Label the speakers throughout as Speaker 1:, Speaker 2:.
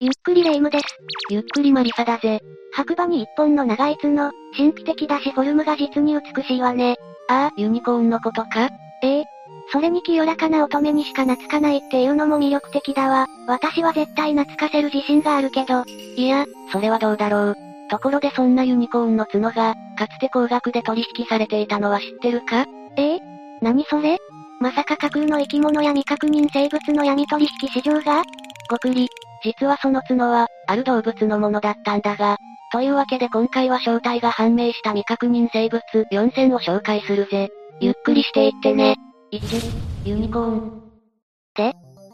Speaker 1: ゆっくりレ夢ムです。
Speaker 2: ゆっくりマリサだぜ。
Speaker 1: 白馬に一本の長い角、神秘的だしフォルムが実に美しいわね。
Speaker 2: ああ、ユニコーンのことか
Speaker 1: ええ。それに清らかな乙女にしか懐かないっていうのも魅力的だわ。私は絶対懐かせる自信があるけど。
Speaker 2: いや、それはどうだろう。ところでそんなユニコーンの角が、かつて高額で取引されていたのは知ってるか
Speaker 1: ええ何それまさか架空の生き物や未確認生物の闇取引市場が
Speaker 2: ごくり。実はその角は、ある動物のものだったんだが、というわけで今回は正体が判明した未確認生物4選を紹介するぜ。ゆっくりしていってね。1、ユニコーン。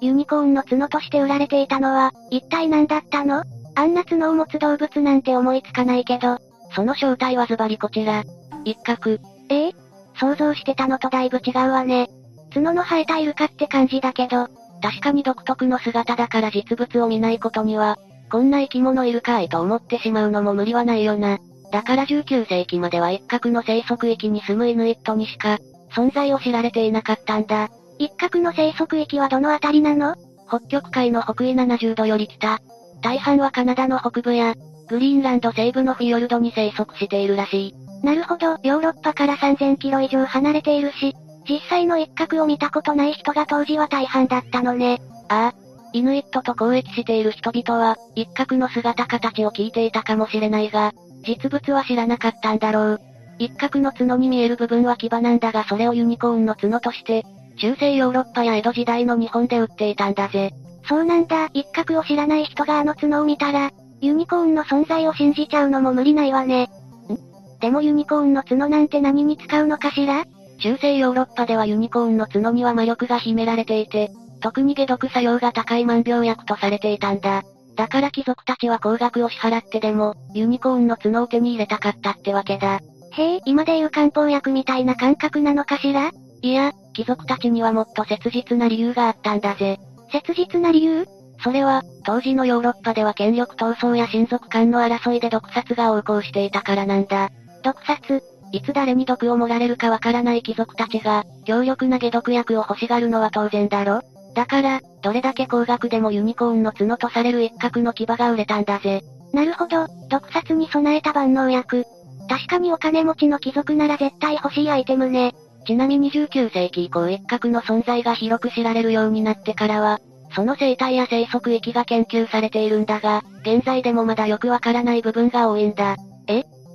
Speaker 1: ユニコーンの角として売られていたのは、一体何だったのあんな角を持つ動物なんて思いつかないけど。
Speaker 2: その正体はズバリこちら。一角、
Speaker 1: ええ想像してたのとだいぶ違うわね。角の生えたイルカって感じだけど、
Speaker 2: 確かに独特の姿だから実物を見ないことには、こんな生き物いるかいと思ってしまうのも無理はないよな。だから19世紀までは一角の生息域に住むイヌイットにしか、存在を知られていなかったんだ。
Speaker 1: 一角の生息域はどのあたりなの
Speaker 2: 北極海の北緯70度より北。大半はカナダの北部や、グリーンランド西部のフィヨルドに生息しているらしい。
Speaker 1: なるほど、ヨーロッパから3000キロ以上離れているし、実際の一角を見たことない人が当時は大半だったのね。
Speaker 2: ああ。イヌイットと交易している人々は、一角の姿形を聞いていたかもしれないが、実物は知らなかったんだろう。一角の角に見える部分は牙なんだがそれをユニコーンの角として、中世ヨーロッパや江戸時代の日本で売っていたんだぜ。
Speaker 1: そうなんだ、一角を知らない人があの角を見たら、ユニコーンの存在を信じちゃうのも無理ないわね。んでもユニコーンの角なんて何に使うのかしら
Speaker 2: 中世ヨーロッパではユニコーンの角には魔力が秘められていて、特に解毒作用が高い万病薬とされていたんだ。だから貴族たちは高額を支払ってでも、ユニコーンの角を手に入れたかったってわけだ。
Speaker 1: へえ、今でいう漢方薬みたいな感覚なのかしら
Speaker 2: いや、貴族たちにはもっと切実な理由があったんだぜ。
Speaker 1: 切実な理由
Speaker 2: それは、当時のヨーロッパでは権力闘争や親族間の争いで毒殺が横行していたからなんだ。
Speaker 1: 毒殺。
Speaker 2: いつ誰に毒を盛られるかわからない貴族たちが、強力な解毒薬を欲しがるのは当然だろだから、どれだけ高額でもユニコーンの角とされる一角の牙が売れたんだぜ。
Speaker 1: なるほど、毒殺に備えた万能薬。確かにお金持ちの貴族なら絶対欲しいアイテムね。
Speaker 2: ちなみに19世紀以降一角の存在が広く知られるようになってからは、その生態や生息域が研究されているんだが、現在でもまだよくわからない部分が多いんだ。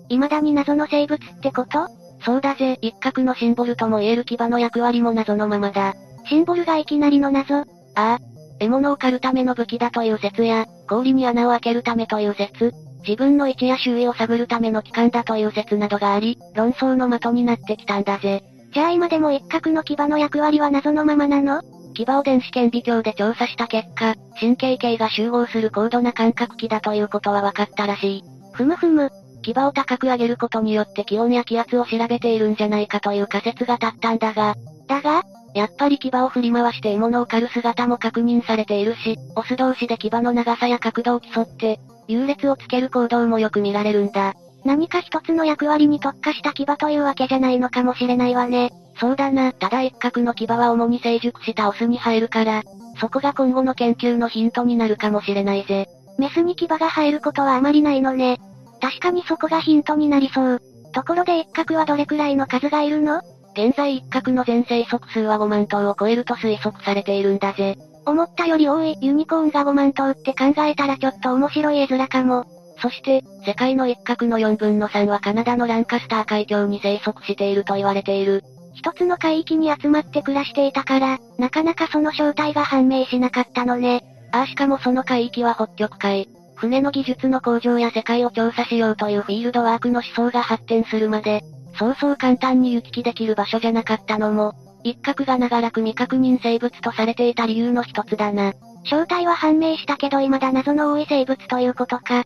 Speaker 1: 未だに謎の生物ってこと
Speaker 2: そうだぜ、一角のシンボルとも言える牙の役割も謎のままだ。
Speaker 1: シンボルがいきなりの謎。
Speaker 2: ああ、獲物を狩るための武器だという説や、氷に穴を開けるためという説、自分の位置や周囲を探るための器官だという説などがあり、論争の的になってきたんだぜ。
Speaker 1: じゃあ今でも一角の牙の役割は謎のままなの
Speaker 2: 牙を電子顕微鏡で調査した結果、神経系が集合する高度な感覚器だということは分かったらしい。
Speaker 1: ふむふむ。
Speaker 2: 牙を高く上げることによって気温や気圧を調べているんじゃないかという仮説が立ったんだが、
Speaker 1: だが、
Speaker 2: やっぱり牙を振り回して獲物を狩る姿も確認されているし、オス同士で牙の長さや角度を競って、優劣をつける行動もよく見られるんだ。
Speaker 1: 何か一つの役割に特化した牙というわけじゃないのかもしれないわね。
Speaker 2: そうだな、ただ一角の牙は主に成熟したオスに生えるから、そこが今後の研究のヒントになるかもしれないぜ。
Speaker 1: メスに牙が生えることはあまりないのね。確かにそこがヒントになりそう。ところで一角はどれくらいの数がいるの
Speaker 2: 現在一角の全生息数は5万頭を超えると推測されているんだぜ。
Speaker 1: 思ったより多いユニコーンが5万頭って考えたらちょっと面白い絵面かも。
Speaker 2: そして、世界の一角の4分の3はカナダのランカスター海峡に生息していると言われている。
Speaker 1: 一つの海域に集まって暮らしていたから、なかなかその正体が判明しなかったのね。
Speaker 2: ああしかもその海域は北極海。船の技術の向上や世界を調査しようというフィールドワークの思想が発展するまで、そうそう簡単に行き来できる場所じゃなかったのも、一角が長らく未確認生物とされていた理由の一つだな。
Speaker 1: 正体は判明したけど未だ謎の多い生物ということか。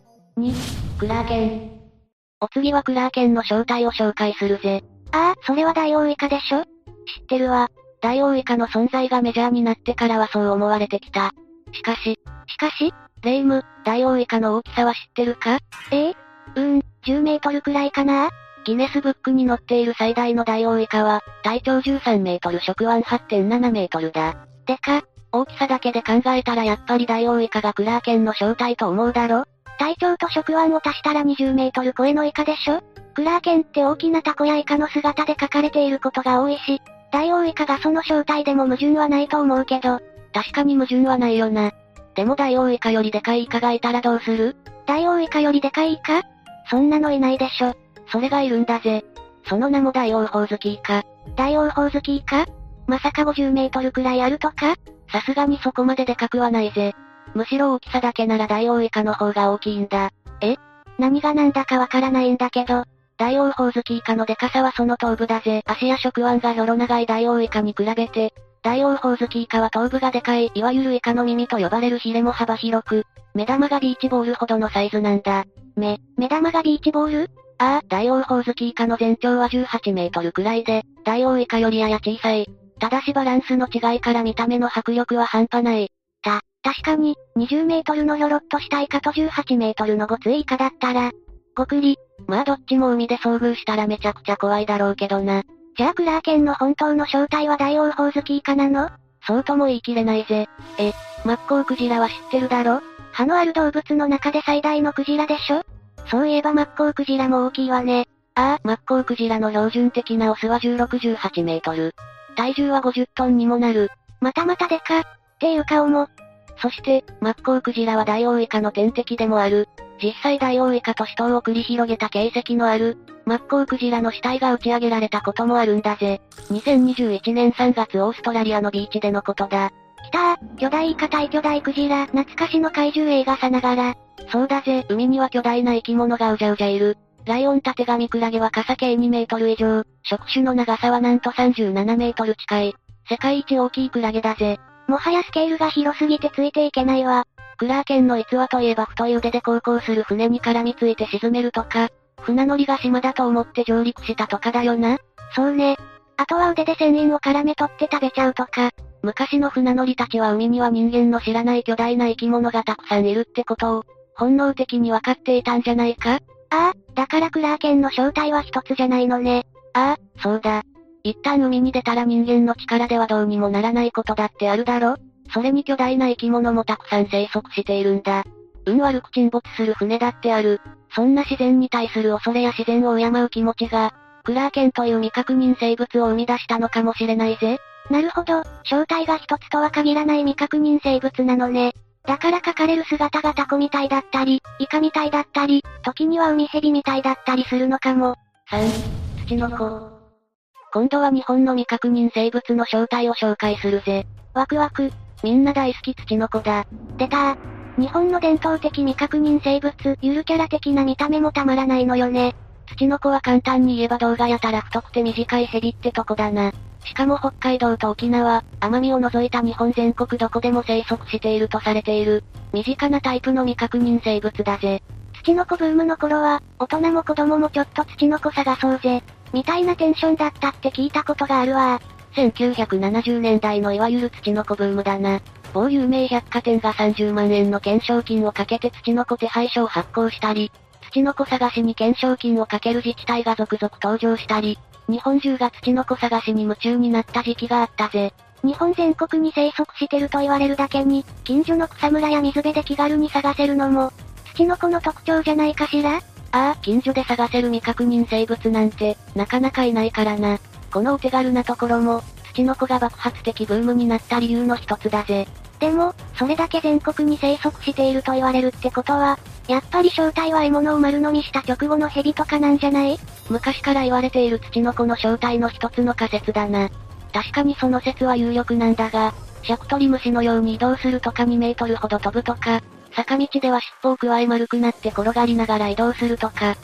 Speaker 2: クラーケン。お次はクラーケンの正体を紹介するぜ。
Speaker 1: ああ、それはダイオウイカでしょ
Speaker 2: 知ってるわ。ダイオウイカの存在がメジャーになってからはそう思われてきた。しかし、
Speaker 1: しかし、
Speaker 2: レイム、ダイオウイカの大きさは知ってるか
Speaker 1: ええうーん、10メートルくらいかな
Speaker 2: ギネスブックに載っている最大のダイオウイカは、体長13メートル、触腕8.7メートルだ。
Speaker 1: でか、
Speaker 2: 大きさだけで考えたらやっぱりダイオウイカがクラーケンの正体と思うだろ
Speaker 1: 体長と触腕を足したら20メートル超えのイカでしょクラーケンって大きなタコやイカの姿で書かれていることが多いし、ダイオウイカがその正体でも矛盾はないと思うけど、
Speaker 2: 確かに矛盾はないよな。でもダイオウイカよりでかいイカがいたらどうする
Speaker 1: ダイオウイカよりでかいイカそんなのいないでしょ。
Speaker 2: それがいるんだぜ。その名もダイオウホウズキイカ。
Speaker 1: ダイオウホウズキイカまさか50メートルくらいあるとか
Speaker 2: さすがにそこまででかくはないぜ。むしろ大きさだけならダイオウイカの方が大きいんだ。
Speaker 1: え何が何だかわからないんだけど、
Speaker 2: ダイオウホウズキイカのデカさはその頭部だぜ。足や触腕がヒョロ長いダイオウイカに比べて、ダイオウホウズキイカは頭部がでかい、いわゆるイカの耳と呼ばれるヒレも幅広く、目玉がビーチボールほどのサイズなんだ。
Speaker 1: 目、目玉がビーチボール
Speaker 2: ああ、ダイオウホウズキイカの全長は18メートルくらいで、ダイオウイカよりやや小さい。ただしバランスの違いから見た目の迫力は半端ない。
Speaker 1: た、確かに、20メートルのひょろっとしたイカと18メートルのごついイカだったら、ごくり。
Speaker 2: まあどっちも海で遭遇したらめちゃくちゃ怖いだろうけどな。
Speaker 1: じゃあクラーケンの本当の正体はダイオウホウズキイカなの
Speaker 2: そうとも言い切れないぜ。え、マッコウクジラは知ってるだろ
Speaker 1: 歯のある動物の中で最大のクジラでしょそういえばマッコウクジラも大きいわね。
Speaker 2: ああ、マッコウクジラの標準的なオスは16、18メートル。体重は50トンにもなる。
Speaker 1: またまたでか、っていう顔も。
Speaker 2: そして、マッコウクジラはダイオウイカの天敵でもある。実際ダイオウイカと死闘を繰り広げた形跡のある、マッコウクジラの死体が打ち上げられたこともあるんだぜ。2021年3月オーストラリアのビーチでのことだ。
Speaker 1: きたー、巨大イカ対巨大クジラ、懐かしの怪獣映画さながら。
Speaker 2: そうだぜ、海には巨大な生き物がうじゃうじゃいる。ライオンタテガミクラゲは傘径2メートル以上、触手の長さはなんと37メートル近い。世界一大きいクラゲだぜ。
Speaker 1: もはやスケールが広すぎてついていけないわ。
Speaker 2: クラーケンの逸話といえば太い腕で航行する船に絡みついて沈めるとか、船乗りが島だと思って上陸したとかだよな。
Speaker 1: そうね。あとは腕で船員を絡め取って食べちゃうとか。
Speaker 2: 昔の船乗りたちは海には人間の知らない巨大な生き物がたくさんいるってことを、本能的に分かっていたんじゃないか
Speaker 1: ああ、だからクラーケンの正体は一つじゃないのね。
Speaker 2: ああ、そうだ。一旦海に出たら人間の力ではどうにもならないことだってあるだろそれに巨大な生き物もたくさん生息しているんだ。運悪く沈没する船だってある。そんな自然に対する恐れや自然を敬う気持ちが、クラーケンという未確認生物を生み出したのかもしれないぜ。
Speaker 1: なるほど、正体が一つとは限らない未確認生物なのね。だから書かれる姿がタコみたいだったり、イカみたいだったり、時には海蛇みたいだったりするのかも。
Speaker 2: 3、土の子。今度は日本の未確認生物の正体を紹介するぜ。
Speaker 1: ワクワク。
Speaker 2: みんな大好き土の子だ。
Speaker 1: 出たー。日本の伝統的未確認生物、ゆるキャラ的な見た目もたまらないのよね。
Speaker 2: 土の子は簡単に言えば動画やたら太くて短い蛇ってとこだな。しかも北海道と沖縄、奄美を除いた日本全国どこでも生息しているとされている、身近なタイプの未確認生物だぜ。
Speaker 1: 土の子ブームの頃は、大人も子供もちょっと土の子探そうぜ、みたいなテンションだったって聞いたことがあるわ。
Speaker 2: 1970年代のいわゆる土の子ブームだな。某有名百貨店が30万円の懸賞金をかけて土の子手配書を発行したり、土の子探しに懸賞金をかける自治体が続々登場したり、日本中が土の子探しに夢中になった時期があったぜ。
Speaker 1: 日本全国に生息してると言われるだけに、近所の草むらや水辺で気軽に探せるのも、土の子の特徴じゃないかしらあ
Speaker 2: あ、近所で探せる未確認生物なんて、なかなかいないからな。このお手軽なところも、土の子が爆発的ブームになった理由の一つだぜ。
Speaker 1: でも、それだけ全国に生息していると言われるってことは、やっぱり正体は獲物を丸飲みした直後の蛇とかなんじゃない
Speaker 2: 昔から言われている土の子の正体の一つの仮説だな。確かにその説は有力なんだが、シャクトリムシのように移動するとか2メートルほど飛ぶとか、坂道では尻尾をくわえ丸くなって転がりながら移動するとか、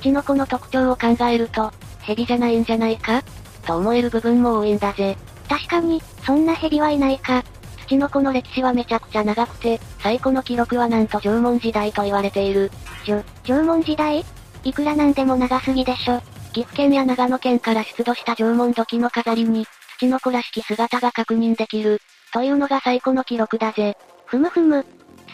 Speaker 2: 土の子の特徴を考えると、蛇じゃないんじゃないかと思える部分も多いんだぜ。
Speaker 1: 確かに、そんな蛇はいないか。
Speaker 2: 土の子の歴史はめちゃくちゃ長くて、最古の記録はなんと縄文時代と言われている。
Speaker 1: じょ、縄文時代いくらなんでも長すぎでしょ。
Speaker 2: 岐阜県や長野県から出土した縄文土器の飾りに、土の子らしき姿が確認できる。というのが最古の記録だぜ。
Speaker 1: ふむふむ。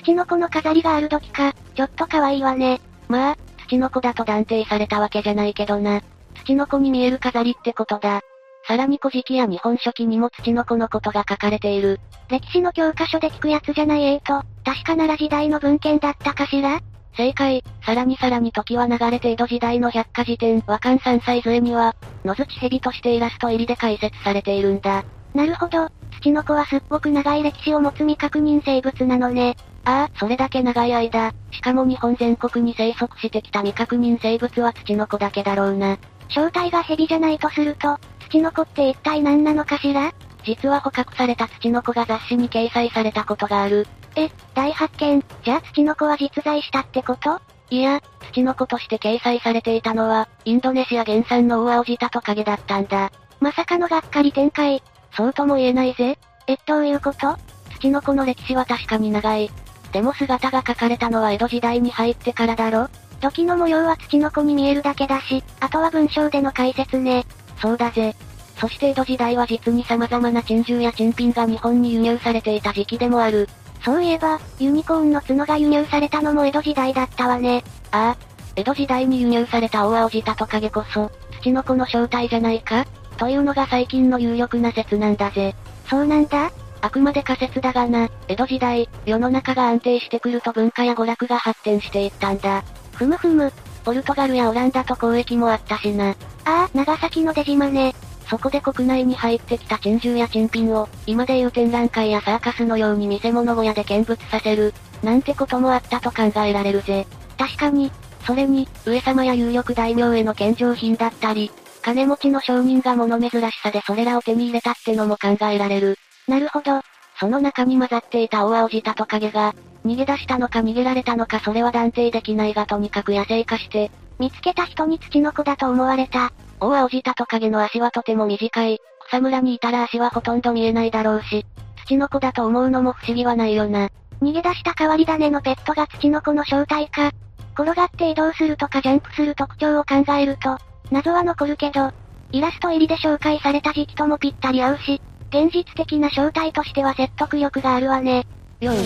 Speaker 1: 土の子の飾りがある土器か、ちょっと可愛いわね。
Speaker 2: まあ、土の子だと断定されたわけじゃないけどな。土の子に見える飾りってことだ。さらに古事記や日本書紀にも土の子のことが書かれている。
Speaker 1: 歴史の教科書で聞くやつじゃないえーと、確か奈良時代の文献だったかしら
Speaker 2: 正解、さらにさらに時は流れて江戸時代の百科事典和漢山菜杖には、野槌蛇としてイラスト入りで解説されているんだ。
Speaker 1: なるほど、土の子はすっごく長い歴史を持つ未確認生物なのね。
Speaker 2: ああ、それだけ長い間、しかも日本全国に生息してきた未確認生物は土の子だけだろうな。
Speaker 1: 正体が蛇じゃないとすると、土の子って一体何なのかしら
Speaker 2: 実は捕獲された土の子が雑誌に掲載されたことがある。
Speaker 1: え、大発見。じゃあ土の子は実在したってこと
Speaker 2: いや、土の子として掲載されていたのは、インドネシア原産のオオアオジタトカゲだったんだ。
Speaker 1: まさかのがっかり展開。
Speaker 2: そうとも言えないぜ。
Speaker 1: え、どういうこと
Speaker 2: 土の子の歴史は確かに長い。でも姿が描かれたのは江戸時代に入ってからだろ
Speaker 1: 土器の模様は土の子に見えるだけだし、あとは文章での解説ね。
Speaker 2: そうだぜ。そして江戸時代は実に様々な珍獣や珍品が日本に輸入されていた時期でもある。
Speaker 1: そういえば、ユニコーンの角が輸入されたのも江戸時代だったわね。
Speaker 2: ああ。江戸時代に輸入されたオオアオジタトカゲこそ、土の子の正体じゃないかというのが最近の有力な説なんだぜ。
Speaker 1: そうなんだ
Speaker 2: あくまで仮説だがな、江戸時代、世の中が安定してくると文化や娯楽が発展していったんだ。
Speaker 1: ふむふむ、
Speaker 2: ポルトガルやオランダと交易もあったしな。
Speaker 1: ああ、長崎の出島ね。
Speaker 2: そこで国内に入ってきた珍獣や珍品を、今でいう展覧会やサーカスのように見せ物小屋で見物させる、なんてこともあったと考えられるぜ。
Speaker 1: 確かに、
Speaker 2: それに、上様や有力大名への献上品だったり、金持ちの商人が物珍しさでそれらを手に入れたってのも考えられる。
Speaker 1: なるほど。
Speaker 2: その中に混ざっていたオアオジタトカゲが、逃げ出したのか逃げられたのかそれは断定できないがとにかく野生化して、
Speaker 1: 見つけた人に土の子だと思われた。
Speaker 2: オアオジタトカゲの足はとても短い、草むらにいたら足はほとんど見えないだろうし、土の子だと思うのも不思議はないよな。
Speaker 1: 逃げ出した変わり種のペットが土の子の正体か、転がって移動するとかジャンプする特徴を考えると、謎は残るけど、イラスト入りで紹介された時期ともぴったり合うし、現実的な正体としては説得力があるわね。
Speaker 2: よい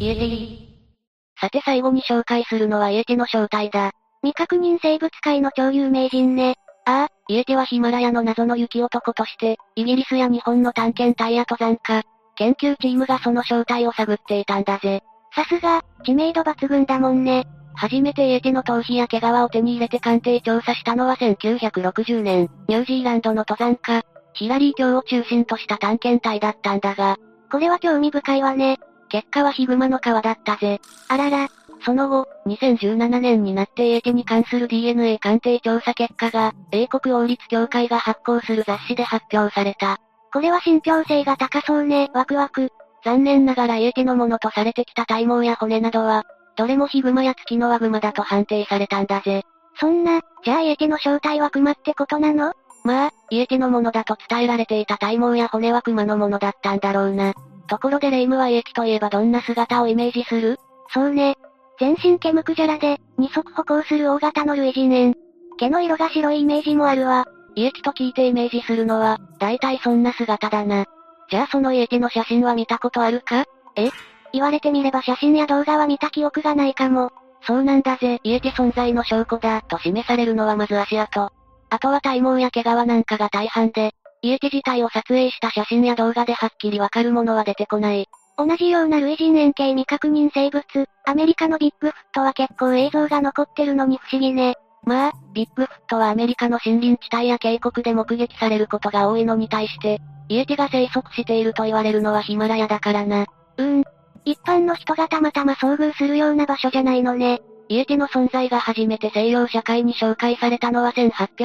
Speaker 2: えいさて最後に紹介するのはイエテの正体だ。
Speaker 1: 未確認生物界の超有名人ね。
Speaker 2: ああ、イエテはヒマラヤの謎の雪男として、イギリスや日本の探検隊や登山家、研究チームがその正体を探っていたんだぜ。
Speaker 1: さすが、知名度抜群だもんね。
Speaker 2: 初めてイエテの頭皮や毛皮を手に入れて鑑定調査したのは1960年、ニュージーランドの登山家、ヒラリー教を中心とした探検隊だったんだが、
Speaker 1: これは興味深いわね。
Speaker 2: 結果はヒグマの皮だったぜ。
Speaker 1: あらら。
Speaker 2: その後、2017年になって英手に関する DNA 鑑定調査結果が、英国王立協会が発行する雑誌で発表された。
Speaker 1: これは信憑性が高そうね、ワクワク。
Speaker 2: 残念ながら英手のものとされてきた体毛や骨などは、どれもヒグマやツキノワグマだと判定されたんだぜ。
Speaker 1: そんな、じゃあイエテの正体はクマってことなの
Speaker 2: まあ、イエテのものだと伝えられていた体毛や骨はクマのものだったんだろうな。ところでレイムはイエテといえばどんな姿をイメージする
Speaker 1: そうね。全身毛むくじゃらで、二足歩行する大型の類人猿。毛の色が白いイメージもあるわ。
Speaker 2: イエテと聞いてイメージするのは、大体そんな姿だな。じゃあそのイエテの写真は見たことあるか
Speaker 1: え言われてみれば写真や動画は見た記憶がないかも。
Speaker 2: そうなんだぜ、イエテ存在の証拠だ、と示されるのはまず足跡。あとは体毛や毛皮なんかが大半で、イエテ自体を撮影した写真や動画ではっきりわかるものは出てこない。
Speaker 1: 同じような類人円形未確認生物、アメリカのビッグフットは結構映像が残ってるのに不思議ね。
Speaker 2: まあ、ビッグフットはアメリカの森林地帯や渓谷で目撃されることが多いのに対して、イエテが生息していると言われるのはヒマラヤだからな。
Speaker 1: うん、一般の人がたまたま遭遇するような場所じゃないのね。
Speaker 2: イエテの存在が初めて西洋社会に紹介されたのは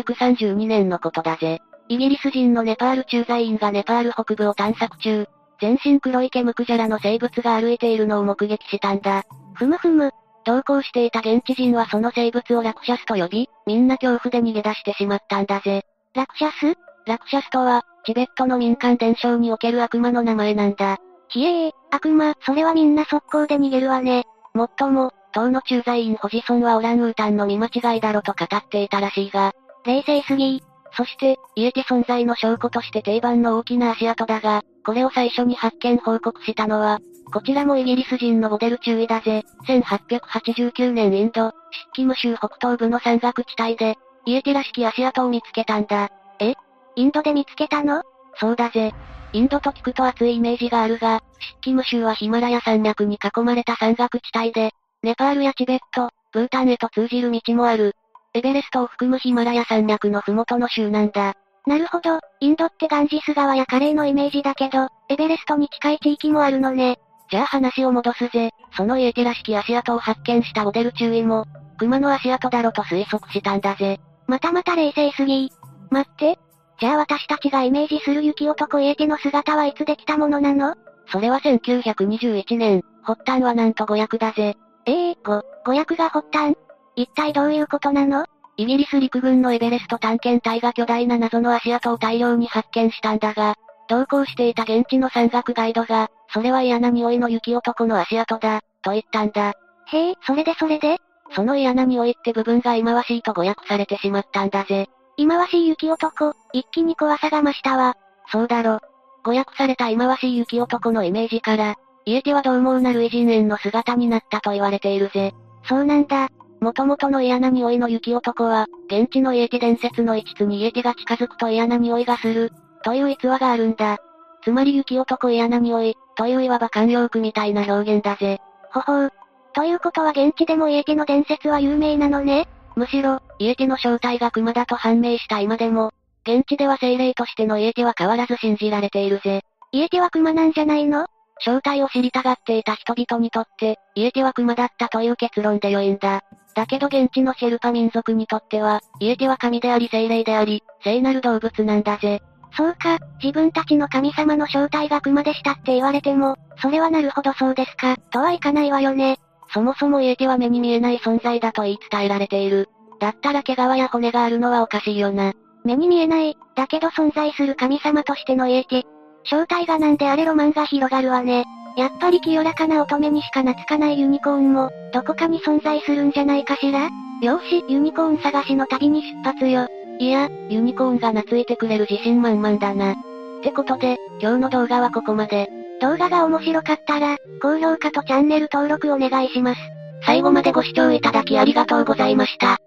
Speaker 2: 1832年のことだぜ。イギリス人のネパール駐在員がネパール北部を探索中、全身黒い毛むくじゃらの生物が歩いているのを目撃したんだ。
Speaker 1: ふむふむ。
Speaker 2: 同行していた現地人はその生物をラクシャスと呼び、みんな恐怖で逃げ出してしまったんだぜ。
Speaker 1: ラクシャス
Speaker 2: ラクシャスとは、チベットの民間伝承における悪魔の名前なんだ。
Speaker 1: ひえー、悪魔、それはみんな速攻で逃げるわね。
Speaker 2: もっとも、党の駐在員ホジソンはオランウータンの見間違いだろと語っていたらしいが、
Speaker 1: 冷静すぎ
Speaker 2: そして、イエテ存在の証拠として定番の大きな足跡だが、これを最初に発見報告したのは、こちらもイギリス人のモデル注意だぜ。1889年インド、シッキム州北東部の山岳地帯で、イエテらしき足跡を見つけたんだ。
Speaker 1: えインドで見つけたの
Speaker 2: そうだぜ。インドと聞くと熱いイメージがあるが、シッキム州はヒマラヤ山脈に囲まれた山岳地帯で、ネパールやチベット、ブータンへと通じる道もある。エベレストを含むヒマラヤ山脈のふもとの州なんだ。
Speaker 1: なるほど、インドってガンジス川やカレーのイメージだけど、エベレストに近い地域もあるのね。
Speaker 2: じゃあ話を戻すぜ。そのイエティらしき足跡を発見したオデル中尉も、熊の足跡だろと推測したんだぜ。
Speaker 1: またまた冷静すぎ待って。じゃあ私たちがイメージする雪男イエティの姿はいつできたものなの
Speaker 2: それは1921年、発端はなんと誤訳だぜ。
Speaker 1: ええご、誤訳が発端一体どういうことなの
Speaker 2: イギリス陸軍のエベレスト探検隊が巨大な謎の足跡を大量に発見したんだが、同行していた現地の山岳ガイドが、それは嫌な匂いの雪男の足跡だ、と言ったんだ。
Speaker 1: へえ、それでそれで
Speaker 2: その嫌な匂いって部分が忌まわしいと誤訳されてしまったんだぜ。
Speaker 1: 忌まわしい雪男、一気に怖さが増したわ。
Speaker 2: そうだろ。誤訳された忌まわしい雪男のイメージから、イエティは獰猛な類人猿の姿になったと言われているぜ。
Speaker 1: そうなんだ。
Speaker 2: 元々の嫌な匂いの雪男は、現地のイエティ伝説の一つにイエティが近づくと嫌な匂いがする、という逸話があるんだ。つまり雪男嫌な匂い、といういわば慣用句みたいな表現だぜ。
Speaker 1: ほほう。ということは現地でもイエティの伝説は有名なのね
Speaker 2: むしろ、イエティの正体が熊だと判明した今でも、現地では精霊としてのイエティは変わらず信じられているぜ。
Speaker 1: イエティは熊なんじゃないの
Speaker 2: 正体を知りたがっていた人々にとって、イエティは熊だったという結論で良いんだ。だけど現地のシェルパ民族にとっては、イエティは神であり精霊であり、聖なる動物なんだぜ。
Speaker 1: そうか、自分たちの神様の正体が熊でしたって言われても、それはなるほどそうですか、とはいかないわよね。
Speaker 2: そもそもイエティは目に見えない存在だと言い伝えられている。だったら毛皮や骨があるのはおかしいよな。
Speaker 1: 目に見えない、だけど存在する神様としてのイエティ。正体がなんであれロマンが広がるわね。やっぱり清らかな乙女にしか懐かないユニコーンも、どこかに存在するんじゃないかしらよし、ユニコーン探しの旅に出発よ。
Speaker 2: いや、ユニコーンが懐いてくれる自信満々だな。ってことで、今日の動画はここまで。
Speaker 1: 動画が面白かったら、高評価とチャンネル登録お願いします。
Speaker 2: 最後までご視聴いただきありがとうございました。